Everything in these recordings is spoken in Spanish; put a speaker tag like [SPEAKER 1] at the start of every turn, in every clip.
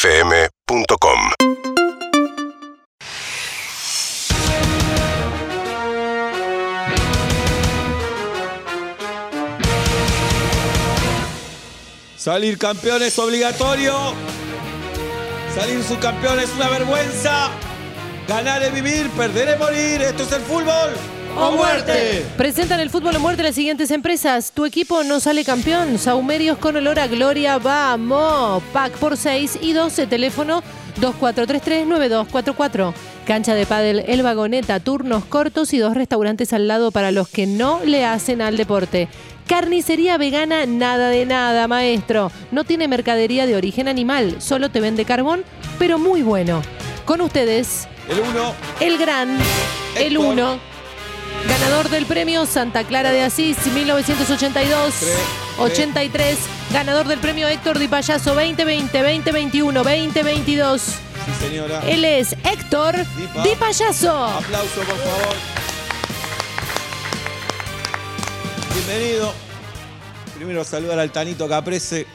[SPEAKER 1] UrbanaPlayFM.com
[SPEAKER 2] Salir campeón es obligatorio. Salir subcampeón es una vergüenza. Ganar es vivir, perder es morir. Esto es el fútbol. ¡O muerte!
[SPEAKER 3] Presentan el fútbol o muerte las siguientes empresas. Tu equipo no sale campeón. Saumerios con olor a gloria. Vamos. Pack por 6 y 12. Teléfono 2433-9244. Cancha de pádel, el vagoneta, turnos cortos y dos restaurantes al lado para los que no le hacen al deporte. Carnicería vegana, nada de nada, maestro. No tiene mercadería de origen animal, solo te vende carbón, pero muy bueno. Con ustedes,
[SPEAKER 2] El 1.
[SPEAKER 3] el gran, el
[SPEAKER 2] Héctor.
[SPEAKER 3] 1, ganador del premio Santa Clara de Asís 1982,
[SPEAKER 2] Tres, tres.
[SPEAKER 3] 83, ganador del premio Héctor Di Payaso 2020, 2021, 2022.
[SPEAKER 2] Sí, señora.
[SPEAKER 3] Él es Héctor
[SPEAKER 2] Ah. Di Ah, Pa-
[SPEAKER 3] Di Payaso.
[SPEAKER 2] Aplauso, por favor. Bienvenido. Primero saludar al Tanito Caprese,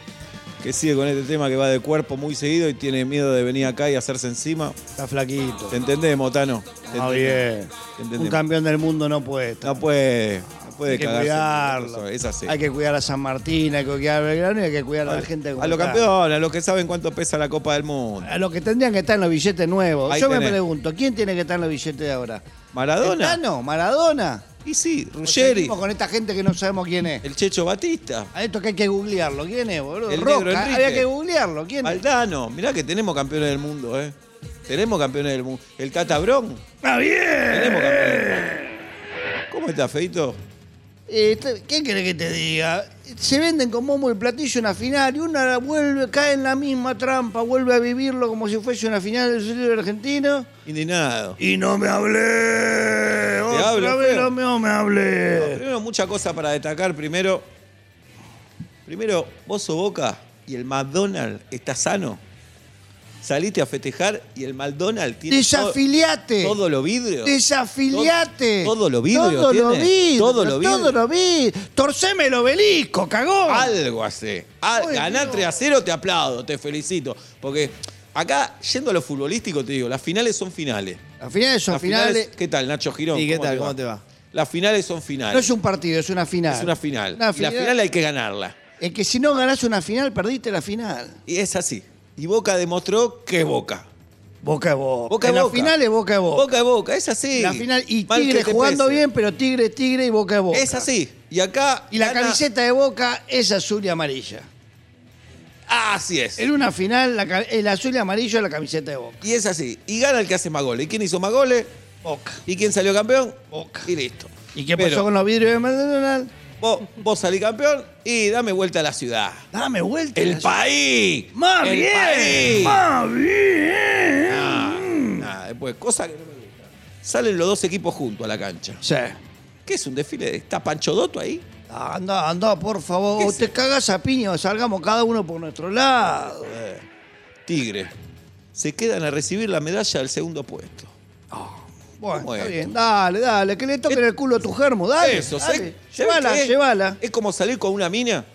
[SPEAKER 2] que sigue con este tema que va de cuerpo muy seguido y tiene miedo de venir acá y hacerse encima.
[SPEAKER 4] Está flaquito.
[SPEAKER 2] ¿Te entendemos, Tano? ¿Te
[SPEAKER 4] Está
[SPEAKER 2] entendemos.
[SPEAKER 4] bien.
[SPEAKER 2] Te
[SPEAKER 4] Un
[SPEAKER 2] entendemos.
[SPEAKER 4] campeón del mundo no puede estar.
[SPEAKER 2] No puede, no puede
[SPEAKER 4] hay que
[SPEAKER 2] cagarse.
[SPEAKER 4] cuidarlo.
[SPEAKER 2] Es así.
[SPEAKER 4] Hay que cuidar a San Martín, hay que cuidar a Belgrano y hay que cuidar a la gente.
[SPEAKER 2] a
[SPEAKER 4] como
[SPEAKER 2] los
[SPEAKER 4] está. Eh,
[SPEAKER 2] campeones, a los que saben cuánto pesa la Copa del Mundo.
[SPEAKER 4] A los que tendrían que estar en los billetes nuevos.
[SPEAKER 2] Ahí
[SPEAKER 4] Yo me
[SPEAKER 2] tenés.
[SPEAKER 4] pregunto, ¿quién tiene que estar en los billetes de ahora?
[SPEAKER 2] ¿Maradona?
[SPEAKER 4] ¿Tano? ¿Maradona?
[SPEAKER 2] Y sí,
[SPEAKER 4] ¿O
[SPEAKER 2] Ruggeri,
[SPEAKER 4] seguimos con esta gente que no sabemos quién es.
[SPEAKER 2] el Checho Batista,
[SPEAKER 4] A esto que hay que googlearlo. ¿Quién es, boludo?
[SPEAKER 2] El negro
[SPEAKER 4] Roca.
[SPEAKER 2] Enrique.
[SPEAKER 4] Había que googlearlo. ¿Quién es?
[SPEAKER 2] Aldano. Mirá que tenemos campeones del mundo, ¿eh? Tenemos campeones del mundo. El Catabrón. Tenemos
[SPEAKER 4] ¡Está ¡Ah, bien!
[SPEAKER 2] campeones del mundo. ¿Cómo está, Feito?
[SPEAKER 4] Eh, te- ¿Qué querés que te diga? Se venden con bombo el platillo una final y una la vuelve, cae en la misma trampa, vuelve a vivirlo como si fuese una final del fútbol argentino.
[SPEAKER 2] Indignado.
[SPEAKER 4] Y no me hablé. Otra
[SPEAKER 2] hablo,
[SPEAKER 4] vez
[SPEAKER 2] feo.
[SPEAKER 4] no me, no me
[SPEAKER 2] No,
[SPEAKER 4] hablé.
[SPEAKER 2] primero, mucha cosa para destacar. Primero, primero, vos o Boca y el McDonald's está sano. Saliste a festejar y el McDonald's tiene todo-
[SPEAKER 4] Desafiliate.
[SPEAKER 2] Todo lo vidrio.
[SPEAKER 4] Desafiliate.
[SPEAKER 2] Todo- todo lo vidrio
[SPEAKER 4] Todo lo
[SPEAKER 2] tiene.
[SPEAKER 4] vidrio.
[SPEAKER 2] Todo lo vidrio.
[SPEAKER 4] Todo lo vidrio. Torceme el obelisco, cagón.
[SPEAKER 2] Algo hace. Al,
[SPEAKER 4] Ay,
[SPEAKER 2] ganá
[SPEAKER 4] Dios.
[SPEAKER 2] 3 a 0, te aplaudo, te felicito. Porque acá, yendo a lo futbolístico, te digo, las finales son finales.
[SPEAKER 4] Las finales son
[SPEAKER 2] Las
[SPEAKER 4] finales.
[SPEAKER 2] ¿Qué tal, Nacho Girón?
[SPEAKER 5] Sí, ¿qué tal? ¿Cómo te va?
[SPEAKER 2] Las finales son
[SPEAKER 4] No
[SPEAKER 2] finales.
[SPEAKER 4] es un partido, es una final.
[SPEAKER 2] es una final.
[SPEAKER 4] Una
[SPEAKER 2] Y la final hay que ganarla.
[SPEAKER 4] Es que si no ganás una final, perdiste la final.
[SPEAKER 2] Y es así. Y Boca demostró que es Boca.
[SPEAKER 4] Boca a boca.
[SPEAKER 2] Boca
[SPEAKER 4] en
[SPEAKER 2] a
[SPEAKER 4] la
[SPEAKER 2] boca.
[SPEAKER 4] final es boca a boca.
[SPEAKER 2] Boca a boca, es así.
[SPEAKER 4] La final y
[SPEAKER 2] Mal que
[SPEAKER 4] Tigre
[SPEAKER 2] te
[SPEAKER 4] jugando
[SPEAKER 2] pese.
[SPEAKER 4] bien, pero Tigre, Tigre y boca a boca.
[SPEAKER 2] Es así. Y acá.
[SPEAKER 4] Y la
[SPEAKER 2] gana-
[SPEAKER 4] camiseta de boca es azul y amarilla.
[SPEAKER 2] Ah, así es.
[SPEAKER 4] En una final, la ca- el azul y amarillo es la camiseta de boca.
[SPEAKER 2] Y es así. Y gana el que hace más goles. ¿Y quién hizo más goles?
[SPEAKER 4] Boca.
[SPEAKER 2] ¿Y quién salió campeón?
[SPEAKER 4] Boca.
[SPEAKER 2] Y listo.
[SPEAKER 4] ¿Y qué
[SPEAKER 2] Pero-
[SPEAKER 4] pasó con los vidrios de McDonald's?
[SPEAKER 2] Vos, vos salí campeón y dame vuelta a la ciudad.
[SPEAKER 4] Dame vuelta.
[SPEAKER 2] ¡El país!
[SPEAKER 4] ¡Más
[SPEAKER 2] ¡El
[SPEAKER 4] bien!
[SPEAKER 2] país! Ah.
[SPEAKER 4] ¡Más bien!
[SPEAKER 2] Nah, nah, después, cosa que no me gusta. Salen los dos equipos juntos a la cancha.
[SPEAKER 4] Sí.
[SPEAKER 2] ¿Qué es un desfile? ¿Está Pancho Dotto ahí?
[SPEAKER 4] Anda, anda, por favor.
[SPEAKER 2] ¿Qué
[SPEAKER 4] O
[SPEAKER 2] es?
[SPEAKER 4] te cagas a piña, salgamos cada uno por nuestro lado.
[SPEAKER 2] Tigre. Se quedan a recibir la medalla del segundo puesto.
[SPEAKER 4] Bueno,
[SPEAKER 2] ¿Cómo
[SPEAKER 4] está
[SPEAKER 2] es
[SPEAKER 4] bien, dale, dale, que le toquen el culo a tu germo, dale.
[SPEAKER 2] Eso,
[SPEAKER 4] dale.
[SPEAKER 2] ¿sabés-
[SPEAKER 4] Llévala,
[SPEAKER 2] ¿sabés qué es?
[SPEAKER 4] llévala.
[SPEAKER 2] Es como salir con una mina.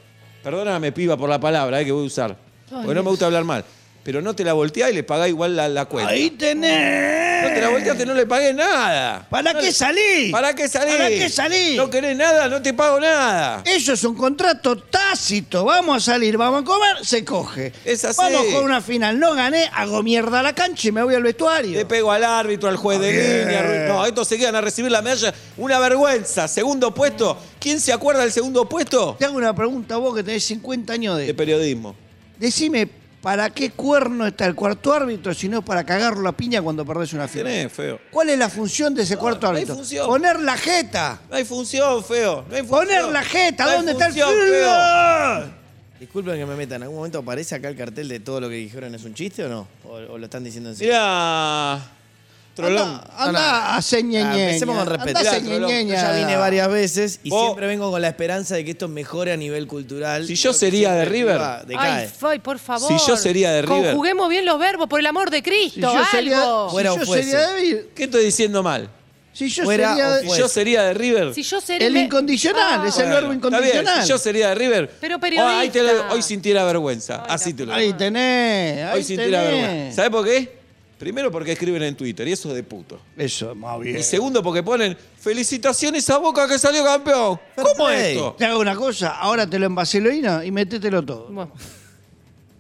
[SPEAKER 2] Perdóname, piba, por la palabra eh, que voy a usar.
[SPEAKER 3] Ay,
[SPEAKER 2] porque no me gusta hablar mal. Pero no te la volteás y le pagás igual la, la cuenta.
[SPEAKER 4] Ahí tenés.
[SPEAKER 2] No te la volteaste, no le pagué nada.
[SPEAKER 4] ¿Para
[SPEAKER 2] No
[SPEAKER 4] qué
[SPEAKER 2] le-
[SPEAKER 4] salí?
[SPEAKER 2] ¿Para qué salí?
[SPEAKER 4] ¿Para qué salí?
[SPEAKER 2] No querés nada, no te pago nada.
[SPEAKER 4] Eso es un contrato tácito. Vamos a salir, vamos a comer, se coge.
[SPEAKER 2] Es así.
[SPEAKER 4] Vamos con una final, no gané, hago mierda a la cancha y me voy al vestuario.
[SPEAKER 2] Le pego al árbitro, al juez de
[SPEAKER 4] Bien.
[SPEAKER 2] línea. arru- No, estos se quedan a recibir la medalla. Una vergüenza. Segundo puesto. ¿Quién se acuerda del segundo puesto?
[SPEAKER 4] Te hago una pregunta a vos que tenés 50 años de...
[SPEAKER 2] De periodismo.
[SPEAKER 4] Decime, ¿para qué cuerno está el cuarto árbitro si no para cagarlo a piña cuando perdés una final?
[SPEAKER 2] Tenés, feo.
[SPEAKER 4] ¿Cuál es la función de ese cuarto
[SPEAKER 2] no hay
[SPEAKER 4] árbitro?
[SPEAKER 2] función.
[SPEAKER 4] Poner la jeta.
[SPEAKER 2] No hay función, feo. No hay función.
[SPEAKER 4] Poner la jeta,
[SPEAKER 2] No hay
[SPEAKER 4] ¿dónde está el
[SPEAKER 2] función,
[SPEAKER 4] fútbol?
[SPEAKER 5] Disculpen que me meta, ¿en algún momento aparece acá el cartel de todo lo que dijeron es un chiste o no? ¿O, o lo están diciendo en
[SPEAKER 2] feo?
[SPEAKER 5] serio?
[SPEAKER 2] Mirá. Trolón.
[SPEAKER 4] Anda, anda a ser ñeñeña.
[SPEAKER 5] Ah, empecemos con respeto.
[SPEAKER 4] Anda a ser
[SPEAKER 2] Claro, Rolón.
[SPEAKER 4] ñeñeña.
[SPEAKER 5] Yo ya vine varias veces y
[SPEAKER 2] Vos-
[SPEAKER 5] siempre vengo con la esperanza de que esto mejore a nivel cultural.
[SPEAKER 2] Si yo
[SPEAKER 5] Creo que
[SPEAKER 2] sería de
[SPEAKER 5] siempre
[SPEAKER 2] River.
[SPEAKER 5] va- decae.
[SPEAKER 3] Ay, Foy, por favor.
[SPEAKER 2] Si yo sería de River.
[SPEAKER 3] Conjuguemos bien los verbos, por el amor de
[SPEAKER 4] Si
[SPEAKER 3] Cristo,
[SPEAKER 4] yo sería,
[SPEAKER 3] algo.
[SPEAKER 4] si
[SPEAKER 5] Fuera o
[SPEAKER 4] yo
[SPEAKER 5] fuese.
[SPEAKER 4] sería de Vir-
[SPEAKER 2] ¿Qué estoy diciendo mal?
[SPEAKER 4] Si yo
[SPEAKER 5] Fuera
[SPEAKER 4] sería
[SPEAKER 5] o
[SPEAKER 4] de-
[SPEAKER 5] fuera.
[SPEAKER 2] Si yo sería de River.
[SPEAKER 3] Pues. Si yo seré...
[SPEAKER 4] el
[SPEAKER 3] me-
[SPEAKER 4] incondicional,
[SPEAKER 3] Ah,
[SPEAKER 4] es el verbo
[SPEAKER 2] Está bien,
[SPEAKER 4] incondicional.
[SPEAKER 2] si yo sería de River.
[SPEAKER 3] Pero
[SPEAKER 2] oh, ahí te lo-
[SPEAKER 3] periodista.
[SPEAKER 2] hoy sintiera vergüenza. Así te lo
[SPEAKER 4] Ahí tenés, ahí
[SPEAKER 2] Hoy sintiera vergüenza.
[SPEAKER 4] tenés.
[SPEAKER 2] ¿Sabes por qué? Primero porque escriben en Twitter y eso es de puto.
[SPEAKER 4] Eso, más bien.
[SPEAKER 2] Y segundo porque ponen felicitaciones a Boca que salió campeón.
[SPEAKER 5] Fair
[SPEAKER 2] ¿Cómo
[SPEAKER 5] play.
[SPEAKER 2] esto?
[SPEAKER 4] Te hago una cosa, ahora te lo envaseloína y métetelo todo.
[SPEAKER 3] Bueno,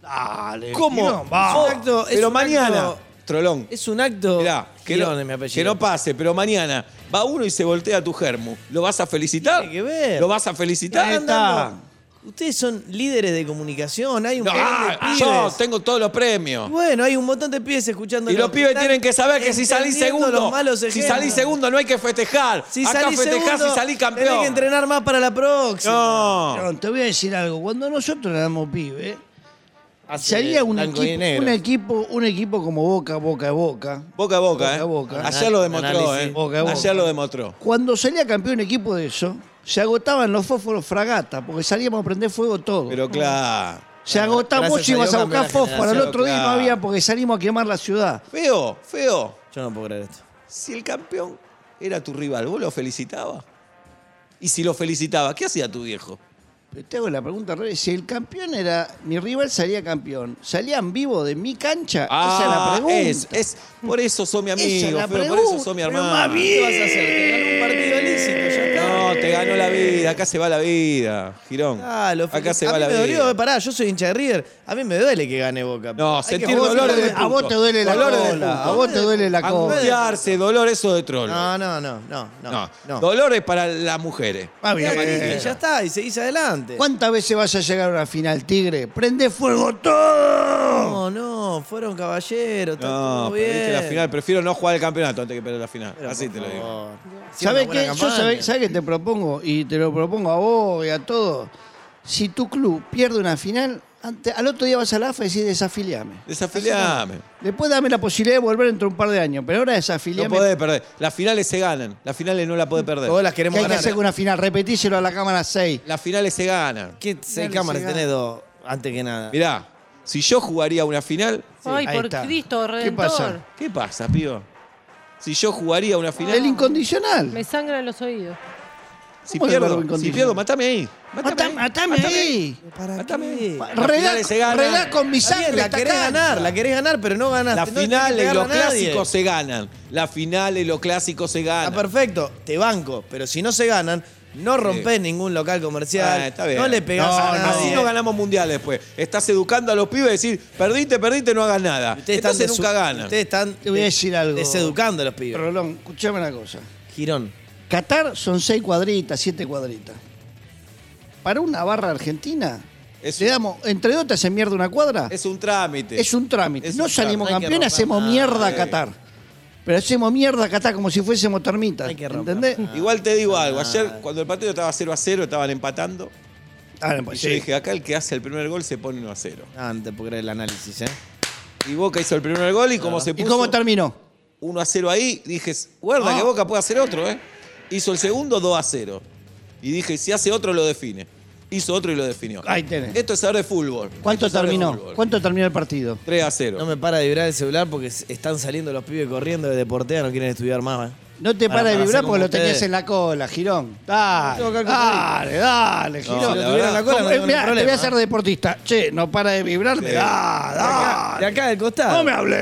[SPEAKER 4] Dale.
[SPEAKER 2] ¿Cómo?
[SPEAKER 4] tirón,
[SPEAKER 5] va.
[SPEAKER 2] Oh,
[SPEAKER 5] Es un acto- es
[SPEAKER 2] pero
[SPEAKER 5] un
[SPEAKER 2] mañana,
[SPEAKER 5] acto-
[SPEAKER 2] Trolón.
[SPEAKER 5] Es un acto.
[SPEAKER 2] Mirá, que,
[SPEAKER 5] Girón
[SPEAKER 2] no,
[SPEAKER 5] es mi apellido.
[SPEAKER 2] que no pase, pero mañana va uno y se voltea tu germu. ¿Lo vas a felicitar?
[SPEAKER 5] Tiene que ver.
[SPEAKER 2] ¿Lo vas a felicitar?
[SPEAKER 4] Ahí está.
[SPEAKER 5] andando. Ustedes son líderes de comunicación, hay un
[SPEAKER 2] No,
[SPEAKER 5] montón de
[SPEAKER 2] ah,
[SPEAKER 5] pibes.
[SPEAKER 2] yo tengo todos los premios.
[SPEAKER 5] Bueno, hay un montón de pibes escuchando.
[SPEAKER 2] Y los pibes
[SPEAKER 5] Están
[SPEAKER 2] tienen que saber que si salís
[SPEAKER 5] entendiendo
[SPEAKER 2] segundo,
[SPEAKER 5] los malos
[SPEAKER 2] si
[SPEAKER 5] ejemplos.
[SPEAKER 2] salís segundo no hay que festejar.
[SPEAKER 5] Si
[SPEAKER 2] Acá
[SPEAKER 5] salís
[SPEAKER 2] festejás
[SPEAKER 5] segundo,
[SPEAKER 2] y salís
[SPEAKER 5] Tenés
[SPEAKER 2] campeón.
[SPEAKER 5] que entrenar más para la próxima.
[SPEAKER 2] no.
[SPEAKER 4] Tirón, Te voy a decir algo. Cuando nosotros éramos pibes,
[SPEAKER 5] Hace
[SPEAKER 4] si había un
[SPEAKER 5] blanco y
[SPEAKER 4] equipo,
[SPEAKER 5] negro.
[SPEAKER 4] un equipo, un equipo como Boca, Boca, Boca,
[SPEAKER 2] Boca a boca,
[SPEAKER 4] Boca
[SPEAKER 2] ¿eh?
[SPEAKER 4] a boca.
[SPEAKER 2] Ayer lo demostró,
[SPEAKER 5] Análisis.
[SPEAKER 2] ¿eh?
[SPEAKER 4] Boca a boca.
[SPEAKER 2] Ayer lo demostró.
[SPEAKER 4] cuando salía campeón un equipo de eso, se agotaban los fósforos fragata, porque salíamos a prender fuego todo.
[SPEAKER 2] Pero claro.
[SPEAKER 4] se agotaba, vos
[SPEAKER 5] Gracias a
[SPEAKER 4] ibas a
[SPEAKER 5] Dios cambió
[SPEAKER 4] buscar
[SPEAKER 5] la
[SPEAKER 4] fósforo, al
[SPEAKER 2] generación,
[SPEAKER 4] otro día no
[SPEAKER 2] claro.
[SPEAKER 4] había porque salimos a quemar la ciudad.
[SPEAKER 2] Feo, feo.
[SPEAKER 5] Yo no puedo creer esto.
[SPEAKER 2] Si el campeón era tu rival, ¿vos lo felicitabas? Y si lo felicitaba, ¿qué hacía tu viejo?
[SPEAKER 4] Pero te hago la pregunta al revés. Si el campeón era. Mi rival salía campeón. ¿Salían vivo de mi cancha?
[SPEAKER 2] Ah,
[SPEAKER 4] Esa es la pregunta.
[SPEAKER 2] Es, es- por eso sos mi
[SPEAKER 4] Esa
[SPEAKER 2] amigo,
[SPEAKER 4] es
[SPEAKER 2] feo,
[SPEAKER 4] la
[SPEAKER 2] por eso
[SPEAKER 4] pregunta.
[SPEAKER 2] sos mi
[SPEAKER 4] Pero
[SPEAKER 2] hermano.
[SPEAKER 4] más bien.
[SPEAKER 5] ¿Qué vas a hacer? Te ganó un partido lícito, ya está.
[SPEAKER 2] Ah, No, te ganó la vida, acá se va la vida, Girón.
[SPEAKER 5] Ah, lo
[SPEAKER 2] acá se
[SPEAKER 5] a
[SPEAKER 2] va
[SPEAKER 5] mí
[SPEAKER 2] la
[SPEAKER 5] me dolió, eh,
[SPEAKER 2] vida.
[SPEAKER 5] pará, yo soy hincha de River. A mí me duele que gane Boca.
[SPEAKER 2] No,
[SPEAKER 5] Hay que
[SPEAKER 2] sentir
[SPEAKER 5] jugar-
[SPEAKER 2] dolores de
[SPEAKER 4] A vos te duele la
[SPEAKER 2] Dolores de
[SPEAKER 4] cola.
[SPEAKER 2] puto.
[SPEAKER 4] A vos te duele la cola.
[SPEAKER 2] Angustiarse, dolor, eso de troll. No,
[SPEAKER 5] No, no, no, no, no. no.
[SPEAKER 2] Dolor es para las mujeres.
[SPEAKER 4] Más
[SPEAKER 5] Mirá que dije,
[SPEAKER 4] Ah, bien.
[SPEAKER 5] Eh, ya está, y seguís adelante.
[SPEAKER 4] ¿Cuántas veces vas a llegar a una final, Tigre? ¡Prende fuego todo!
[SPEAKER 5] No, no, fueron caballeros, está
[SPEAKER 2] No,
[SPEAKER 5] todo
[SPEAKER 2] perdiste
[SPEAKER 5] bien.
[SPEAKER 2] la final. Prefiero no jugar el campeonato antes que perder la final.
[SPEAKER 5] Pero,
[SPEAKER 2] Así
[SPEAKER 5] por
[SPEAKER 2] te lo digo.
[SPEAKER 5] favor. Hicieron
[SPEAKER 4] ¿Sabés
[SPEAKER 5] una
[SPEAKER 4] qué?
[SPEAKER 5] buena
[SPEAKER 4] Yo
[SPEAKER 5] campaña.
[SPEAKER 4] sabés, sabés que te propongo, y te lo propongo a vos y a todos. Si tu club pierde una final, ante- al otro día vas a la AFA y decís desafiliame.
[SPEAKER 2] Desafiliame.
[SPEAKER 4] Después dame la posibilidad de volver dentro de un par de años, pero ahora
[SPEAKER 2] No
[SPEAKER 4] desafiliame.
[SPEAKER 2] podés perder. Las finales se ganan. Las finales no la podés perder.
[SPEAKER 5] Todos las queremos
[SPEAKER 4] que hay que
[SPEAKER 5] ganar.
[SPEAKER 4] hacer con una final, repetíselo a la cámara 6.
[SPEAKER 2] Las finales se ganan.
[SPEAKER 5] ¿Qué seis
[SPEAKER 4] Dale,
[SPEAKER 5] cámaras
[SPEAKER 4] llegá.
[SPEAKER 5] tenés dos? Antes que nada.
[SPEAKER 2] Mirá, si yo jugaría una final,
[SPEAKER 3] Ay,
[SPEAKER 5] ahí
[SPEAKER 3] por
[SPEAKER 5] está.
[SPEAKER 3] Cristo,
[SPEAKER 4] ¿Qué
[SPEAKER 3] Redentor.
[SPEAKER 4] pasa?
[SPEAKER 2] ¿qué pasa, pibe? Si yo jugaría una
[SPEAKER 4] El
[SPEAKER 2] final,
[SPEAKER 4] incondicional.
[SPEAKER 3] Me sangran los oídos.
[SPEAKER 2] si
[SPEAKER 4] ¿Cómo es el
[SPEAKER 2] pierdo,
[SPEAKER 4] verbo
[SPEAKER 2] si
[SPEAKER 4] incondicional?
[SPEAKER 2] pierdo, matame ahí.
[SPEAKER 4] Matame, matame ahí.
[SPEAKER 5] ¿Para
[SPEAKER 2] Matame.
[SPEAKER 5] qué?
[SPEAKER 2] Las
[SPEAKER 4] Redá,
[SPEAKER 2] finales se ganan.
[SPEAKER 4] redá con mi
[SPEAKER 5] Está bien,
[SPEAKER 4] sangre.
[SPEAKER 5] la querés
[SPEAKER 4] atacá.
[SPEAKER 5] ganar, la querés ganar, pero no ganaste.
[SPEAKER 2] Las
[SPEAKER 5] No tenés que
[SPEAKER 2] finales y
[SPEAKER 5] pegarle
[SPEAKER 2] los
[SPEAKER 5] a nadie.
[SPEAKER 2] clásicos se ganan. Las finales y los clásicos se
[SPEAKER 5] Está
[SPEAKER 2] ganan.
[SPEAKER 5] perfecto, te banco, pero si no se ganan, no rompés ningún local comercial,
[SPEAKER 2] Ah, está bien.
[SPEAKER 5] no le pegás a
[SPEAKER 2] No, Así
[SPEAKER 5] nadie.
[SPEAKER 2] no ganamos mundial después. Estás educando a los pibes a decir, perdiste, perdiste, no hagas nada. Entonces
[SPEAKER 5] desu-
[SPEAKER 2] nunca ganan.
[SPEAKER 5] Ustedes están
[SPEAKER 4] Te voy a decir algo.
[SPEAKER 5] deseducando a los pibes.
[SPEAKER 4] Rolón, escuchame una cosa.
[SPEAKER 5] Girón.
[SPEAKER 4] Qatar son seis cuadritas, siete cuadritas. Para una barra argentina,
[SPEAKER 2] Es
[SPEAKER 4] le
[SPEAKER 2] un-
[SPEAKER 4] damos, entre dos te hacen mierda una cuadra, es,
[SPEAKER 2] Es un trámite.
[SPEAKER 4] un trámite.
[SPEAKER 2] Es
[SPEAKER 4] no
[SPEAKER 2] un
[SPEAKER 4] salimos
[SPEAKER 5] trámite. Hay que
[SPEAKER 4] campeones,
[SPEAKER 5] romper
[SPEAKER 4] hacemos
[SPEAKER 5] nada,
[SPEAKER 4] mierda a
[SPEAKER 2] eh.
[SPEAKER 4] Qatar. Pero hacemos mierda a Qatar como si fuésemos termitas.
[SPEAKER 5] Hay que romper
[SPEAKER 4] ¿Entendés?
[SPEAKER 5] nada.
[SPEAKER 2] Igual te digo algo. Ayer, cuando el partido estaba 0 a 0, estaban empatando.
[SPEAKER 4] Ah,
[SPEAKER 2] Y
[SPEAKER 4] pues
[SPEAKER 2] yo
[SPEAKER 4] sí.
[SPEAKER 2] dije, acá el que hace el primer gol se pone 1 a 0.
[SPEAKER 5] Ah, no te puedo creer el análisis, ¿eh?
[SPEAKER 2] Y Boca hizo el primer gol y como se
[SPEAKER 4] ¿Y
[SPEAKER 2] puso
[SPEAKER 4] cómo terminó?
[SPEAKER 2] 1 a 0 ahí, dije, guarda
[SPEAKER 4] Ah.
[SPEAKER 2] que Boca puede hacer otro, ¿eh? Hizo el segundo 2 a 0. Y dije, si hace otro, lo define. Hizo otro y lo definió.
[SPEAKER 4] Ahí tenés.
[SPEAKER 2] Esto es saber de fútbol. Esto
[SPEAKER 4] ¿Cuánto
[SPEAKER 2] es saber de
[SPEAKER 4] terminó?
[SPEAKER 2] fútbol.
[SPEAKER 4] ¿Cuánto terminó el partido?
[SPEAKER 2] 3 a 0.
[SPEAKER 5] No me para de vibrar el celular porque s- están saliendo los pibes corriendo de deportea, no quieren estudiar más. ¿eh?
[SPEAKER 4] No te
[SPEAKER 5] Para-
[SPEAKER 4] para, de
[SPEAKER 5] para
[SPEAKER 4] vibrar
[SPEAKER 5] hacer
[SPEAKER 4] porque
[SPEAKER 5] como
[SPEAKER 4] lo tenías
[SPEAKER 5] ustedes.
[SPEAKER 4] en la cola, Girón. Dale,
[SPEAKER 5] Tengo que calcular.
[SPEAKER 4] dale, dale,
[SPEAKER 2] No,
[SPEAKER 4] Girón.
[SPEAKER 2] si lo tuviera en la
[SPEAKER 5] cola
[SPEAKER 4] Como-
[SPEAKER 5] no hay
[SPEAKER 4] eh,
[SPEAKER 5] ningún
[SPEAKER 4] mirá, te voy
[SPEAKER 5] problema,
[SPEAKER 4] a hacer deportista. Che, no para de vibrarme.
[SPEAKER 2] Sí.
[SPEAKER 4] Da,
[SPEAKER 5] De
[SPEAKER 4] da.
[SPEAKER 5] acá del costado.
[SPEAKER 4] No me hablé.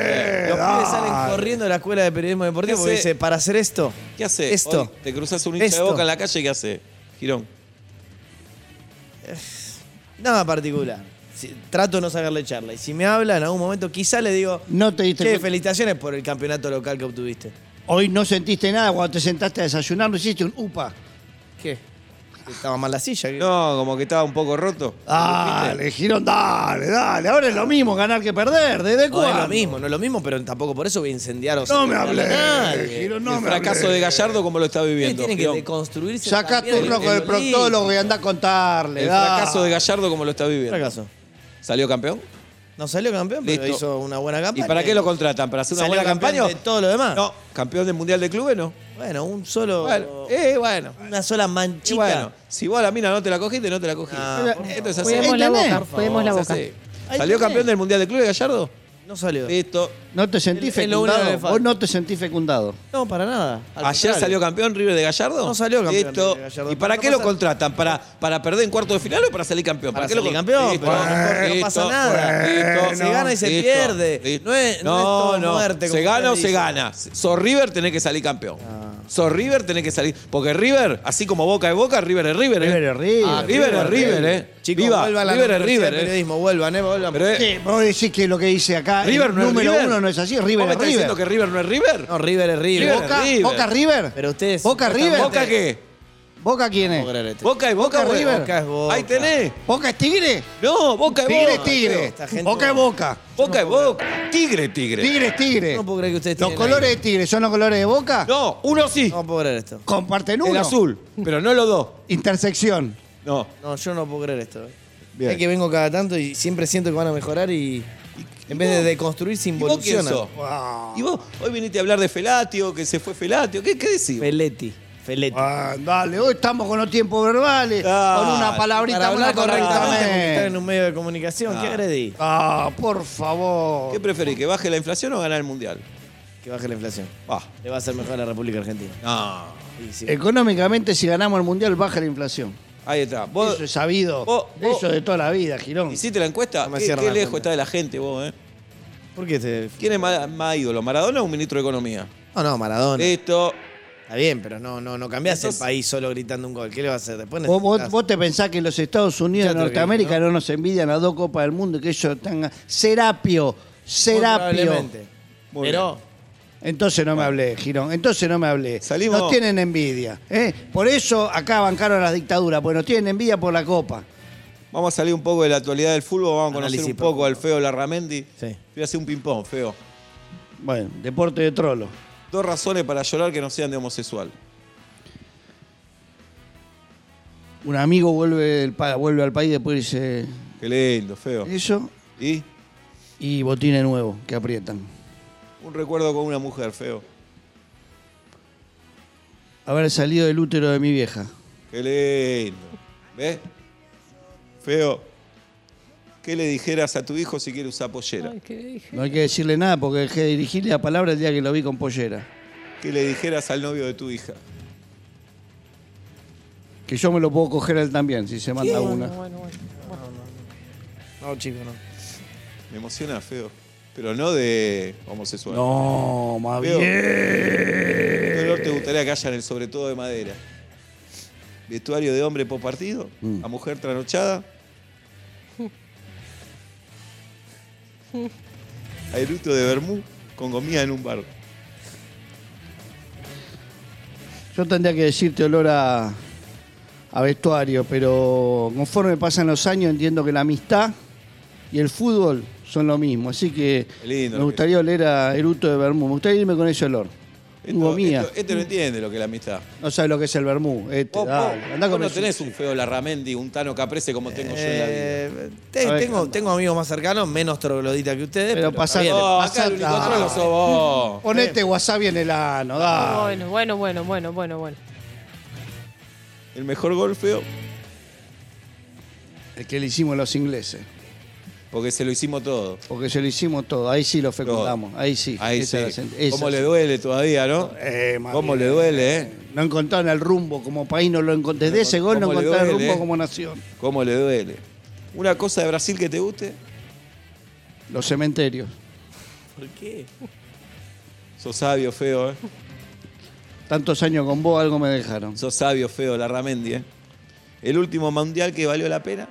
[SPEAKER 2] Eh,
[SPEAKER 5] Los pibes salen
[SPEAKER 4] dale.
[SPEAKER 5] corriendo de la escuela de periodismo deportivo
[SPEAKER 2] ¿Qué
[SPEAKER 5] porque
[SPEAKER 2] hace?
[SPEAKER 5] dice, para hacer esto.
[SPEAKER 2] ¿Qué hace?
[SPEAKER 5] Esto.
[SPEAKER 2] Hoy te cruzas un hincha de
[SPEAKER 5] Esto.
[SPEAKER 2] boca en la calle, ¿qué hace? Girón.
[SPEAKER 5] Nada particular. Si- trato de no sacarle charla. Y si me habla en algún momento, quizá le digo,
[SPEAKER 4] No te diste
[SPEAKER 5] che,
[SPEAKER 4] cuenta.
[SPEAKER 5] felicitaciones por el campeonato local que obtuviste.
[SPEAKER 4] Hoy no sentiste nada cuando te sentaste a desayunar, no hiciste un upa.
[SPEAKER 5] ¿Qué? Estaba mal la silla. ¿qué?
[SPEAKER 2] No, como que estaba un poco roto.
[SPEAKER 4] Dale, Girón, dale, dale. Ahora es lo mismo ganar que perder. ¿Desde
[SPEAKER 5] No, es
[SPEAKER 4] cuándo?
[SPEAKER 5] lo mismo, no es lo mismo, pero tampoco por eso voy a incendiar o
[SPEAKER 4] No
[SPEAKER 5] sacar
[SPEAKER 4] me
[SPEAKER 5] a
[SPEAKER 4] hablé,
[SPEAKER 5] nadie.
[SPEAKER 4] Girón, no
[SPEAKER 2] el
[SPEAKER 4] me
[SPEAKER 2] fracaso de
[SPEAKER 4] hablé.
[SPEAKER 2] Gallardo, como lo está
[SPEAKER 5] Ustedes
[SPEAKER 2] viviendo.
[SPEAKER 5] tienen que
[SPEAKER 2] Girón.
[SPEAKER 5] deconstruirse.
[SPEAKER 4] Sacá
[SPEAKER 5] también
[SPEAKER 4] turno
[SPEAKER 5] en-
[SPEAKER 4] con
[SPEAKER 5] en
[SPEAKER 4] el
[SPEAKER 5] lo
[SPEAKER 4] proctólogo y
[SPEAKER 5] lícito.
[SPEAKER 4] andá a contarle.
[SPEAKER 2] El
[SPEAKER 4] da.
[SPEAKER 2] fracaso de Gallardo, como lo está viviendo.
[SPEAKER 5] Fracaso.
[SPEAKER 2] ¿Salió campeón?
[SPEAKER 5] No salió campeón, pero
[SPEAKER 2] Listo.
[SPEAKER 5] hizo una buena campaña.
[SPEAKER 2] ¿Y para qué lo contratan? ¿Para hacer una
[SPEAKER 5] ¿Salió
[SPEAKER 2] buena
[SPEAKER 5] campeón
[SPEAKER 2] campaña?
[SPEAKER 5] de todo lo demás?
[SPEAKER 2] No, campeón del Mundial de Clubes no.
[SPEAKER 5] Bueno, un solo.
[SPEAKER 2] Bueno, eh, bueno.
[SPEAKER 5] Una sola
[SPEAKER 2] Y
[SPEAKER 5] manchita.
[SPEAKER 2] bueno, si vos a la mina no te la cogiste, no te la cogiste.
[SPEAKER 5] Ah,
[SPEAKER 2] Esto es así.
[SPEAKER 3] Cuidemos la
[SPEAKER 4] Ahí tenés,
[SPEAKER 3] boca,
[SPEAKER 4] por
[SPEAKER 3] cuidemos la
[SPEAKER 2] Es
[SPEAKER 3] boca.
[SPEAKER 2] así.
[SPEAKER 5] Ahí
[SPEAKER 2] ¿Salió
[SPEAKER 5] tenés.
[SPEAKER 2] campeón del Mundial de Clubes Gallardo?
[SPEAKER 5] No salió.
[SPEAKER 2] Listo.
[SPEAKER 4] ¿No te sentís
[SPEAKER 5] Es lo único que
[SPEAKER 4] fecundado?
[SPEAKER 5] falta.
[SPEAKER 4] ¿Vos no te sentís fecundado?
[SPEAKER 5] No, para nada.
[SPEAKER 2] ¿Ayer
[SPEAKER 5] Al contrario.
[SPEAKER 2] salió campeón River de Gallardo?
[SPEAKER 5] No salió campeón
[SPEAKER 2] Listo.
[SPEAKER 5] River de Gallardo.
[SPEAKER 2] ¿Y para
[SPEAKER 5] No
[SPEAKER 2] qué lo
[SPEAKER 5] pasa-
[SPEAKER 2] contratan? ¿Para, ¿Para perder en cuarto de final o para salir campeón?
[SPEAKER 5] Para
[SPEAKER 2] qué lo
[SPEAKER 5] salir
[SPEAKER 2] con-
[SPEAKER 5] campeón,
[SPEAKER 2] Listo,
[SPEAKER 5] porque no pasa nada.
[SPEAKER 2] listo,
[SPEAKER 5] Se gana y se pierde. No es- no es todo muerte,
[SPEAKER 2] Se
[SPEAKER 5] como
[SPEAKER 2] gana o
[SPEAKER 5] usted
[SPEAKER 2] se
[SPEAKER 5] dice. Ah.
[SPEAKER 2] gana. Sos River, tenés que salir campeón. Sos River, tenés que salir. Porque River, así como Boca de Boca, River es River. ¿eh?
[SPEAKER 4] River es River.
[SPEAKER 2] Ah, River es River, ¿eh?
[SPEAKER 5] Chicos,
[SPEAKER 2] Viva,
[SPEAKER 5] vuelvan a la
[SPEAKER 2] River es
[SPEAKER 5] Universidad
[SPEAKER 2] River.
[SPEAKER 5] de
[SPEAKER 2] ¿eh?
[SPEAKER 5] Periodismo, vuelvan, eh, vuelvan.
[SPEAKER 2] Pero es-
[SPEAKER 4] Sí, vos decís que lo que dice acá, el
[SPEAKER 2] River no es
[SPEAKER 4] número
[SPEAKER 2] River.
[SPEAKER 4] uno no es así,
[SPEAKER 2] ¿Vos me
[SPEAKER 4] River es
[SPEAKER 2] estás
[SPEAKER 4] River.
[SPEAKER 2] diciendo que River no es River?
[SPEAKER 5] no, River es River.
[SPEAKER 2] River.
[SPEAKER 4] Boca,
[SPEAKER 2] River.
[SPEAKER 4] Boca River.
[SPEAKER 5] Pero ustedes-
[SPEAKER 4] Boca River.
[SPEAKER 2] ¿Boca qué?
[SPEAKER 4] ¿Boca quién
[SPEAKER 5] No
[SPEAKER 4] es?
[SPEAKER 5] puedo creer esto.
[SPEAKER 2] Boca y Boca,
[SPEAKER 4] Boca
[SPEAKER 2] güey.
[SPEAKER 4] River.
[SPEAKER 5] Boca es Boca.
[SPEAKER 2] Ahí tenés.
[SPEAKER 4] ¿Boca es Tigre?
[SPEAKER 2] No, Boca y
[SPEAKER 4] Tigre es
[SPEAKER 2] Boca.
[SPEAKER 4] Tigre.
[SPEAKER 5] esta gente-
[SPEAKER 4] Boca es Boca.
[SPEAKER 2] Boca y Boca. Tigre, tigre.
[SPEAKER 4] Tigre es Tigre.
[SPEAKER 5] No puedo creer que ustedes
[SPEAKER 4] Los
[SPEAKER 5] tienen
[SPEAKER 4] colores de Tigre son los colores de Boca.
[SPEAKER 2] No, uno sí.
[SPEAKER 5] ahí. No puedo creer esto.
[SPEAKER 4] Comparten uno.
[SPEAKER 2] el azul. Pero no los dos.
[SPEAKER 4] Intersección.
[SPEAKER 2] No.
[SPEAKER 5] No, yo no puedo creer esto. eh.
[SPEAKER 4] Bien.
[SPEAKER 5] Es que vengo cada tanto y siempre siento que van a mejorar y en vez de deconstruir se
[SPEAKER 2] ¿Y vos quién
[SPEAKER 5] involucionan.
[SPEAKER 2] sos? Y vos hoy viniste a hablar de Felatio, que se fue Felatio. ¿Qué, qué decís?
[SPEAKER 5] Feletti. Feletti.
[SPEAKER 4] Ah, dale, hoy estamos con los tiempos verbales.
[SPEAKER 2] Ah,
[SPEAKER 4] con una palabrita
[SPEAKER 5] Para hablar
[SPEAKER 4] buena
[SPEAKER 5] correctamente, porque estás en
[SPEAKER 4] correctamente.
[SPEAKER 5] un medio de comunicación, ¿qué
[SPEAKER 2] Ah.
[SPEAKER 5] agredí?
[SPEAKER 4] Ah, por favor.
[SPEAKER 2] ¿Qué preferís? ¿Que baje la inflación o ganar el mundial?
[SPEAKER 5] Que baje la inflación.
[SPEAKER 2] Va.
[SPEAKER 5] Le va a hacer mejor a la República Argentina.
[SPEAKER 2] No.
[SPEAKER 5] Y sí.
[SPEAKER 4] Económicamente, si ganamos el mundial, baja la inflación.
[SPEAKER 2] Ahí está. Vos
[SPEAKER 4] eso es sabido.
[SPEAKER 2] vos- vos-
[SPEAKER 4] eso de toda la vida, Girón.
[SPEAKER 2] hiciste la encuesta.
[SPEAKER 5] No me
[SPEAKER 2] ¿Qué,
[SPEAKER 5] cierran
[SPEAKER 2] qué
[SPEAKER 5] la
[SPEAKER 2] lejos
[SPEAKER 5] cuenta.
[SPEAKER 2] está de la gente vos, eh?
[SPEAKER 5] ¿Por qué te.?
[SPEAKER 2] ¿Quién es más, más ídolo? ¿Maradona o un ministro de Economía?
[SPEAKER 5] No, no, Maradona.
[SPEAKER 2] Listo.
[SPEAKER 5] Está bien, pero no, no, no cambiás
[SPEAKER 2] Entonces-
[SPEAKER 5] el país solo gritando un gol. ¿Qué le va a hacer? Después
[SPEAKER 4] ¿Vos, vos-
[SPEAKER 5] necesitas-
[SPEAKER 4] vos te pensás que los Estados Unidos
[SPEAKER 5] Ya
[SPEAKER 4] de
[SPEAKER 5] te lo
[SPEAKER 4] Norteamérica
[SPEAKER 5] dije,
[SPEAKER 4] ¿no? nos envidian a dos copas del mundo y que ellos están... Serapio, Serapio.
[SPEAKER 5] Probablemente.
[SPEAKER 2] Muy
[SPEAKER 5] pero
[SPEAKER 4] Entonces no me hablé, Girón. Entonces no me hablé.
[SPEAKER 2] Salimos-
[SPEAKER 4] Nos tienen envidia. ¿eh? Por eso acá bancaron las dictaduras, porque nos tienen envidia por la copa.
[SPEAKER 2] Vamos a salir un poco de la actualidad del fútbol, vamos a conocer
[SPEAKER 5] Análisis
[SPEAKER 2] un poco al feo Larramendi.
[SPEAKER 5] Sí.
[SPEAKER 2] Voy a hacer un ping-pong, feo.
[SPEAKER 4] Bueno, deporte de trolo.
[SPEAKER 2] Dos razones para llorar que no sean de homosexual.
[SPEAKER 4] Un amigo vuelve, del pa- vuelve al país después dice
[SPEAKER 2] Qué lindo, feo.
[SPEAKER 4] eso
[SPEAKER 2] Y
[SPEAKER 4] y botines nuevos que aprietan.
[SPEAKER 2] un recuerdo con una mujer, feo.
[SPEAKER 4] Haber salido del útero de mi vieja.
[SPEAKER 2] Qué lindo. ¿Ves? Feo. ¿Qué le dijeras a tu hijo si quiere usar pollera?
[SPEAKER 3] Ay, ¿qué dije?
[SPEAKER 4] No hay que decirle nada porque dejé de dirigirle la palabra el día que lo vi con pollera.
[SPEAKER 2] ¿Qué le dijeras al novio de tu hija?
[SPEAKER 4] Que yo me lo puedo coger a él también, si se manda una.
[SPEAKER 5] No, chico, no.
[SPEAKER 2] Me emociona, feo. Pero no de homosexual.
[SPEAKER 4] No, más
[SPEAKER 2] Feo.
[SPEAKER 4] bien.
[SPEAKER 2] ¿Qué dolor
[SPEAKER 4] Eh,
[SPEAKER 2] te gustaría que haya en el sobre todo de madera? Vestuario de hombre post partido,
[SPEAKER 4] Mm.
[SPEAKER 2] a mujer trasnochada. A eructo de Bermú con comida en un bar.
[SPEAKER 4] Yo tendría que decirte olor a, a vestuario, pero conforme pasan los años entiendo que la amistad y el fútbol son lo mismo. Así que
[SPEAKER 2] Qué lindo
[SPEAKER 4] me
[SPEAKER 2] lo
[SPEAKER 4] gustaría oler a Eruto de Bermú. Me gustaría irme con ese olor. Hugo mía.
[SPEAKER 2] esto- este no entiende lo que es la amistad.
[SPEAKER 4] No sabe lo que es el Bermú. Este,
[SPEAKER 2] Vos,
[SPEAKER 4] dale,
[SPEAKER 2] vos-
[SPEAKER 4] andá
[SPEAKER 2] vos
[SPEAKER 4] con
[SPEAKER 2] no
[SPEAKER 4] eso.
[SPEAKER 2] tenés un feo Larramendi, un Tano Caprese como tengo yo en la vida.
[SPEAKER 5] Eh, te-
[SPEAKER 4] A ver,
[SPEAKER 5] tengo, tengo amigos más cercanos, menos troglodita que ustedes.
[SPEAKER 4] Pero
[SPEAKER 5] pasa
[SPEAKER 4] pasá-
[SPEAKER 5] bien.
[SPEAKER 2] No,
[SPEAKER 4] pasa-
[SPEAKER 2] acá el único
[SPEAKER 4] ah.
[SPEAKER 2] trolo sos vos.
[SPEAKER 4] Ponete este wasabi en el ano,
[SPEAKER 2] Ah.
[SPEAKER 4] dale.
[SPEAKER 3] Bueno, bueno, bueno, bueno, bueno, bueno.
[SPEAKER 2] El mejor gol feo,
[SPEAKER 4] El que le hicimos a los ingleses.
[SPEAKER 2] porque se lo hicimos todo.
[SPEAKER 4] Porque se lo hicimos todo. Ahí sí lo fecundamos. Ahí sí.
[SPEAKER 2] Ahí
[SPEAKER 4] Esa
[SPEAKER 2] sí.
[SPEAKER 4] es la sen- esa
[SPEAKER 2] ¿Cómo
[SPEAKER 4] es
[SPEAKER 2] le duele todavía, no?
[SPEAKER 4] Eh, más
[SPEAKER 2] ¿Cómo
[SPEAKER 4] bien.
[SPEAKER 2] le duele, eh?
[SPEAKER 4] No encontraron el rumbo como país, no lo encont- desde ese gol no
[SPEAKER 2] ¿Cómo le
[SPEAKER 4] encontraron el
[SPEAKER 2] duele,
[SPEAKER 4] rumbo
[SPEAKER 2] eh?
[SPEAKER 4] como nación.
[SPEAKER 2] ¿Cómo le duele? ¿Una cosa de Brasil que te guste?
[SPEAKER 4] Los cementerios.
[SPEAKER 5] ¿Por qué?
[SPEAKER 2] Sos sabio, feo, ¿eh?
[SPEAKER 4] Tantos años con vos, algo me dejaron.
[SPEAKER 2] Sos sabio, feo, Larramendi, ¿eh? El último mundial que valió la pena,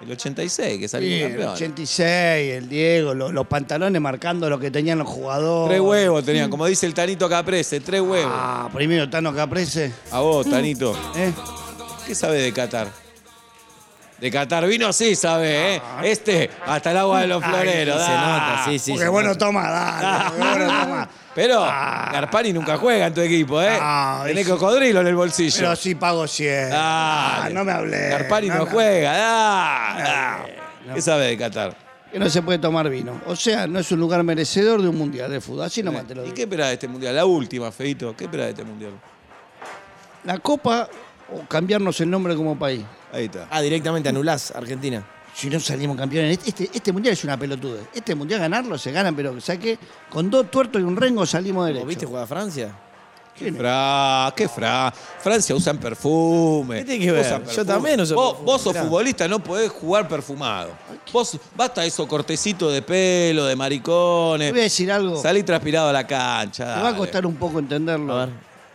[SPEAKER 2] el 86, que
[SPEAKER 4] Sí,
[SPEAKER 2] salió
[SPEAKER 4] el
[SPEAKER 2] campeón. ¿eh?
[SPEAKER 4] 86, el Diego, lo- los pantalones marcando lo que tenían los jugadores.
[SPEAKER 2] Tres huevos tenían, como dice el Tanito Caprese, tres huevos.
[SPEAKER 4] Ah, primero Tano Caprese.
[SPEAKER 2] A vos, Tanito.
[SPEAKER 4] ¿eh?
[SPEAKER 2] ¿Qué sabes de Qatar? De Qatar vino, sí sabe, ¿eh? Este, hasta el agua de los floreros.
[SPEAKER 5] Se
[SPEAKER 2] da.
[SPEAKER 5] nota, sí, sí.
[SPEAKER 4] porque
[SPEAKER 5] se
[SPEAKER 4] bueno,
[SPEAKER 5] nota.
[SPEAKER 4] toma, dale. porque bueno, toma.
[SPEAKER 2] Pero
[SPEAKER 4] Ah.
[SPEAKER 2] Garpani nunca juega en tu equipo, ¿eh?
[SPEAKER 4] Ah,
[SPEAKER 2] Tenés
[SPEAKER 4] sí.
[SPEAKER 2] cocodrilo en el bolsillo.
[SPEAKER 4] Pero sí pago 100. Ah,
[SPEAKER 2] Dale.
[SPEAKER 4] no me hablé.
[SPEAKER 2] Garpani no,
[SPEAKER 4] me-
[SPEAKER 2] juega. Ah,
[SPEAKER 4] No.
[SPEAKER 2] ¿Qué sabe de Qatar?
[SPEAKER 4] Que no se puede tomar vino. O sea, no es un lugar merecedor de un mundial de fútbol. Así nomás te lo
[SPEAKER 2] ¿Y
[SPEAKER 4] digo.
[SPEAKER 2] qué esperás de este mundial? La última, Feito. ¿Qué esperás de este mundial?
[SPEAKER 4] La Copa o cambiarnos el nombre como país.
[SPEAKER 2] Ahí está.
[SPEAKER 5] Ah, directamente anulás Argentina.
[SPEAKER 4] si no salimos campeones, este, este mundial es una pelotude. Este mundial ganarlo se ganan, pero saqué con dos tuertos y un rengo salimos
[SPEAKER 5] ¿Vos
[SPEAKER 4] derecho.
[SPEAKER 5] viste jugar a Francia?
[SPEAKER 4] ¿Quién es?
[SPEAKER 2] Fra, qué fra. Francia usan perfume.
[SPEAKER 5] ¿Qué tiene que ver?
[SPEAKER 2] Usan
[SPEAKER 5] Yo
[SPEAKER 2] perfume.
[SPEAKER 5] también uso
[SPEAKER 2] vos,
[SPEAKER 5] perfume,
[SPEAKER 2] Vos sos
[SPEAKER 5] mirá.
[SPEAKER 2] futbolista, no podés jugar perfumado. Vos, basta eso cortecito de pelo, de maricones.
[SPEAKER 4] Te voy a decir algo.
[SPEAKER 2] Salí transpirado a la cancha.
[SPEAKER 4] Te va a
[SPEAKER 2] dale.
[SPEAKER 4] costar un poco entenderlo.
[SPEAKER 5] A ver,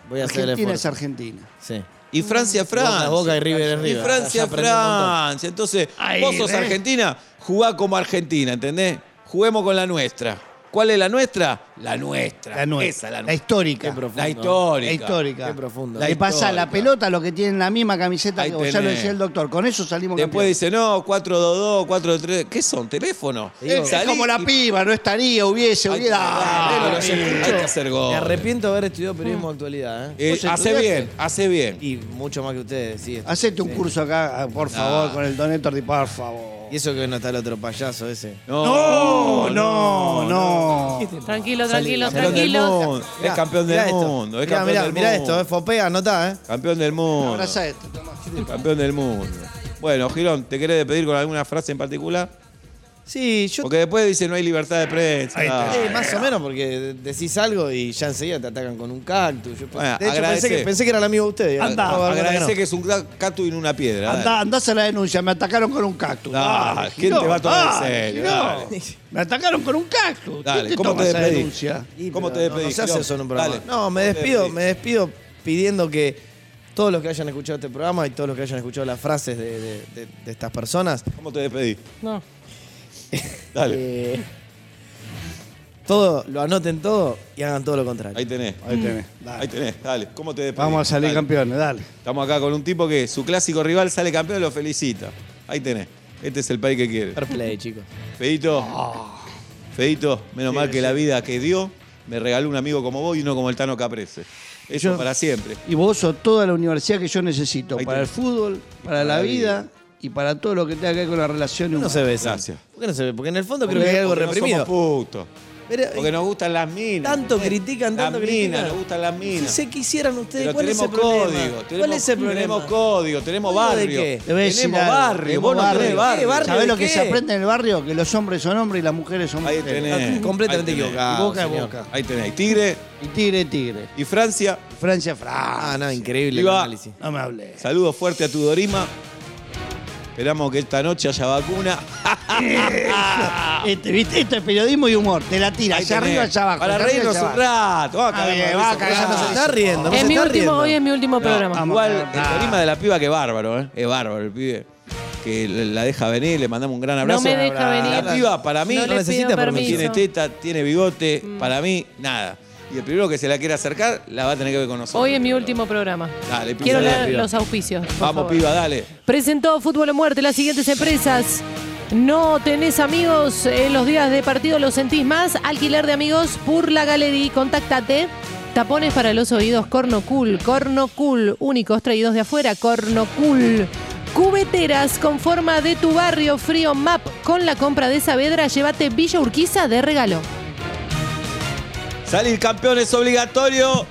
[SPEAKER 5] voy a hacer el
[SPEAKER 4] Argentina es
[SPEAKER 5] esfuerzo.
[SPEAKER 4] Argentina.
[SPEAKER 5] Sí.
[SPEAKER 2] Y Francia, Francia.
[SPEAKER 5] Mm, Boca, Boca y River es
[SPEAKER 2] Y
[SPEAKER 5] River. Ya
[SPEAKER 2] Francia,
[SPEAKER 5] aprendí un montón.
[SPEAKER 2] Francia. Entonces,
[SPEAKER 4] Ay,
[SPEAKER 2] vos sos
[SPEAKER 4] re.
[SPEAKER 2] Argentina, jugá como Argentina, ¿entendés? Juguemos con la nuestra. ¿Cuál es la nuestra? La nuestra.
[SPEAKER 4] La nuestra.
[SPEAKER 2] Esa,
[SPEAKER 4] La,
[SPEAKER 2] la nuestra.
[SPEAKER 4] histórica.
[SPEAKER 5] Qué profundo.
[SPEAKER 2] La histórica.
[SPEAKER 4] La histórica.
[SPEAKER 5] Qué profundo.
[SPEAKER 4] La
[SPEAKER 2] La
[SPEAKER 4] que pasa la
[SPEAKER 2] histórica.
[SPEAKER 4] pelota, lo que tienen la misma camiseta
[SPEAKER 2] Ahí
[SPEAKER 4] que vos, ya lo
[SPEAKER 2] tenés.
[SPEAKER 4] decía el doctor. Con eso salimos
[SPEAKER 2] Después
[SPEAKER 4] campeones.
[SPEAKER 2] dice, no, 422, 423. ¿Qué son? ¿Teléfono?
[SPEAKER 4] Es como la piba, no estaría, hubiese,
[SPEAKER 2] Ay,
[SPEAKER 4] hubiera.
[SPEAKER 2] dale,
[SPEAKER 4] Ah,
[SPEAKER 2] pero se
[SPEAKER 4] eh,
[SPEAKER 2] escuchó. Hay que hacer gol.
[SPEAKER 5] Me arrepiento de haber estudiado
[SPEAKER 4] Mm.
[SPEAKER 5] periodismo de actualidad. ¿eh?
[SPEAKER 2] Oh. Eh,
[SPEAKER 4] ¿Vos
[SPEAKER 2] hace
[SPEAKER 4] estudiaste?
[SPEAKER 2] bien, hace bien.
[SPEAKER 5] Y mucho más que ustedes, sí.
[SPEAKER 4] Hacete un
[SPEAKER 5] Sí.
[SPEAKER 4] curso acá, ah, por favor, con el Don Héctor Di, por favor.
[SPEAKER 5] Y eso que no está el otro payaso ese.
[SPEAKER 4] No, no, no.
[SPEAKER 3] Tranquilo, tranquilo,
[SPEAKER 2] Campeón del
[SPEAKER 3] tranquilo.
[SPEAKER 2] mundo. Es campeón del
[SPEAKER 5] Mirá esto.
[SPEAKER 2] mundo. Es
[SPEAKER 5] Mirá,
[SPEAKER 2] campeón
[SPEAKER 5] mirá,
[SPEAKER 2] del
[SPEAKER 5] mirá
[SPEAKER 2] mundo.
[SPEAKER 5] esto, eh, Fopea, anotá, ¿eh?
[SPEAKER 2] Campeón del mundo.
[SPEAKER 4] Abrazá esto, Tomás.
[SPEAKER 2] Campeón del mundo. Bueno, Girón, ¿te querés despedir con alguna frase en particular?
[SPEAKER 5] Sí, yo.
[SPEAKER 2] Porque después dice no hay libertad de prensa.
[SPEAKER 4] Ahí está.
[SPEAKER 5] Eh, más o menos, porque decís algo y ya enseguida te atacan con un cactus. Yo-
[SPEAKER 2] Bueno,
[SPEAKER 5] de hecho, pensé
[SPEAKER 2] agradece. Ah,
[SPEAKER 5] que, pensé que era el amigo de ustedes.
[SPEAKER 4] Andá,
[SPEAKER 5] No,
[SPEAKER 2] Agradece
[SPEAKER 5] no.
[SPEAKER 2] que es un ca- cactus y no una piedra. dale.
[SPEAKER 4] Andá, andá a la denuncia, me atacaron con un cactus.
[SPEAKER 2] Ah,
[SPEAKER 4] Dale,
[SPEAKER 2] ¿quién
[SPEAKER 4] Giró,
[SPEAKER 2] te va a tomar en
[SPEAKER 4] dale,
[SPEAKER 2] serio?
[SPEAKER 4] Giró.
[SPEAKER 2] Dale.
[SPEAKER 4] Me atacaron con un cactus.
[SPEAKER 2] Dale,
[SPEAKER 4] ¿Quién te
[SPEAKER 2] ¿cómo
[SPEAKER 4] toma
[SPEAKER 2] te
[SPEAKER 4] esa
[SPEAKER 2] despedís?
[SPEAKER 4] denuncia?
[SPEAKER 5] Y,
[SPEAKER 2] ¿Cómo
[SPEAKER 5] pero
[SPEAKER 2] te
[SPEAKER 5] no- No,
[SPEAKER 2] despedís,
[SPEAKER 5] se hace
[SPEAKER 2] Quiró?
[SPEAKER 5] eso en un programa.
[SPEAKER 2] Dale.
[SPEAKER 5] No, me
[SPEAKER 2] Te
[SPEAKER 5] despido,
[SPEAKER 2] despedís.
[SPEAKER 5] me despido pidiendo que todos los que hayan escuchado este programa y todos los que hayan escuchado las frases de, de- de- de estas personas,
[SPEAKER 2] ¿Cómo te despedí?
[SPEAKER 3] No.
[SPEAKER 2] Dale,
[SPEAKER 5] eh, todo, lo anoten todo y hagan todo lo contrario.
[SPEAKER 2] ahí tenés.
[SPEAKER 4] Ahí tenés. dale.
[SPEAKER 2] Mm. Ahí tenés, dale. ¿Cómo te despedís?
[SPEAKER 4] Vamos a salir
[SPEAKER 2] Dale.
[SPEAKER 4] campeones, dale.
[SPEAKER 2] Estamos acá con un tipo que su clásico rival sale campeón y lo felicita. Ahí tenés. Este es el país que quiere.
[SPEAKER 5] Fair play, chicos.
[SPEAKER 2] Feito.
[SPEAKER 5] Ah.
[SPEAKER 2] Feito, menos mal que la vida que dio me regaló un amigo como vos y uno como el Tano Caprese. Eso
[SPEAKER 4] Yo-
[SPEAKER 2] para siempre.
[SPEAKER 4] Y vos sos toda la universidad que yo necesito
[SPEAKER 2] Ahí
[SPEAKER 4] para el
[SPEAKER 2] tenés.
[SPEAKER 4] fútbol, para la vida y para todo lo que tenga que ver con la relación
[SPEAKER 5] No
[SPEAKER 4] humana.
[SPEAKER 5] se besan.
[SPEAKER 2] Gracias.
[SPEAKER 5] ¿Por qué no se ve? Porque en el fondo creo que hay algo
[SPEAKER 2] Porque no
[SPEAKER 5] reprimido.
[SPEAKER 2] somos putos.
[SPEAKER 5] Pero- eh,
[SPEAKER 2] Porque nos gustan las minas.
[SPEAKER 5] Tanto
[SPEAKER 2] ¿entendés?
[SPEAKER 5] critican, tanto
[SPEAKER 2] las
[SPEAKER 5] critican.
[SPEAKER 2] minas, nos gustan las minas.
[SPEAKER 5] Si se quisieran ustedes,
[SPEAKER 2] Pero
[SPEAKER 5] ¿cuál es
[SPEAKER 2] tenemos
[SPEAKER 5] el problema?
[SPEAKER 2] código, tenemos,
[SPEAKER 5] ¿Cuál es el problema?
[SPEAKER 2] Tenemos código, tenemos
[SPEAKER 5] ¿Código de
[SPEAKER 2] barrio.
[SPEAKER 5] qué?
[SPEAKER 4] Te voy a decir
[SPEAKER 2] Tenemos
[SPEAKER 4] algo,
[SPEAKER 2] barrio,
[SPEAKER 4] tenemos
[SPEAKER 2] vos no tenés
[SPEAKER 5] barrio. ¿Qué
[SPEAKER 2] barrio.
[SPEAKER 5] barrio?
[SPEAKER 4] ¿Sabés
[SPEAKER 5] de
[SPEAKER 4] lo que
[SPEAKER 5] qué?
[SPEAKER 4] se aprende en el barrio? Que los hombres son hombres y las mujeres son
[SPEAKER 2] Ahí
[SPEAKER 4] mujeres.
[SPEAKER 2] tenés.
[SPEAKER 5] completamente
[SPEAKER 2] ahí tenés.
[SPEAKER 5] equivocado,
[SPEAKER 2] Y Boca es
[SPEAKER 5] señor.
[SPEAKER 2] Boca. Ahí tenés. Tigre
[SPEAKER 4] Y tigre, tigre.
[SPEAKER 2] y Francia.
[SPEAKER 4] Francia, Francia.
[SPEAKER 5] Ah, no, increíble el
[SPEAKER 2] Iba.
[SPEAKER 5] análisis.
[SPEAKER 4] No me hables.
[SPEAKER 2] Saludos fuerte a Tudorima. Esperamos que esta noche haya vacuna.
[SPEAKER 4] Este, ¿viste? Esto es periodismo y humor. Te la tira,
[SPEAKER 2] Ahí
[SPEAKER 4] hacia
[SPEAKER 2] tenés.
[SPEAKER 4] arriba, hacia abajo.
[SPEAKER 2] Para
[SPEAKER 4] hacia arriba,
[SPEAKER 2] reírnos
[SPEAKER 4] hacia
[SPEAKER 2] un
[SPEAKER 4] abajo.
[SPEAKER 2] rato. Vamos a
[SPEAKER 4] Ah,
[SPEAKER 2] cagar
[SPEAKER 4] bien,
[SPEAKER 2] de
[SPEAKER 4] va a
[SPEAKER 2] risa.
[SPEAKER 4] cagar.
[SPEAKER 5] Ya no se está riendo, no
[SPEAKER 3] Es
[SPEAKER 5] se
[SPEAKER 3] mi
[SPEAKER 5] está
[SPEAKER 3] último,
[SPEAKER 5] riendo.
[SPEAKER 3] hoy es mi último programa.
[SPEAKER 4] vamos.
[SPEAKER 2] Igual,
[SPEAKER 4] Ah,
[SPEAKER 2] el
[SPEAKER 4] ah.
[SPEAKER 2] tarima de la piba que es bárbaro, ¿eh? Es bárbaro el pibe. Que la deja venir, le mandamos un gran
[SPEAKER 3] No
[SPEAKER 2] abrazo.
[SPEAKER 3] me deja
[SPEAKER 2] La
[SPEAKER 3] venir.
[SPEAKER 2] piba, para mí,
[SPEAKER 3] no,
[SPEAKER 5] no
[SPEAKER 3] le
[SPEAKER 5] necesita
[SPEAKER 3] pido
[SPEAKER 5] permiso.
[SPEAKER 3] permiso. Mm.
[SPEAKER 2] tiene teta, tiene bigote. Para mí, nada. Y el primero que se la quiera acercar, la va a tener que ver con nosotros.
[SPEAKER 3] Hoy es mi último programa.
[SPEAKER 2] Dale, piba,
[SPEAKER 3] Quiero
[SPEAKER 2] dale,
[SPEAKER 3] leer
[SPEAKER 2] piba.
[SPEAKER 3] los auspicios. por
[SPEAKER 2] Vamos,
[SPEAKER 3] favor.
[SPEAKER 2] piba, dale.
[SPEAKER 3] Presentó Fútbol en Muerte las siguientes empresas. No tenés amigos, en los días de partido los sentís más. Alquiler de amigos, Purla Gallery, contáctate. Tapones para los oídos, Corno Cool, Corno Cool, únicos traídos de afuera, Corno Cool. Cubeteras con forma de tu barrio, Frío Map. Con la compra de Saavedra, llévate Villa Urquiza de regalo.
[SPEAKER 2] Salir campeón es obligatorio.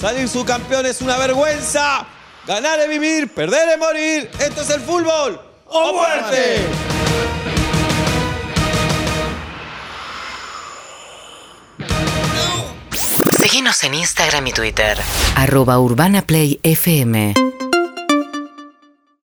[SPEAKER 2] Salir subcampeón es una vergüenza. Ganar es vivir, perder es morir. Esto es el fútbol. ¡O muerte!
[SPEAKER 6] Seguinos en Instagram y Twitter. Arroba Urbana Play FM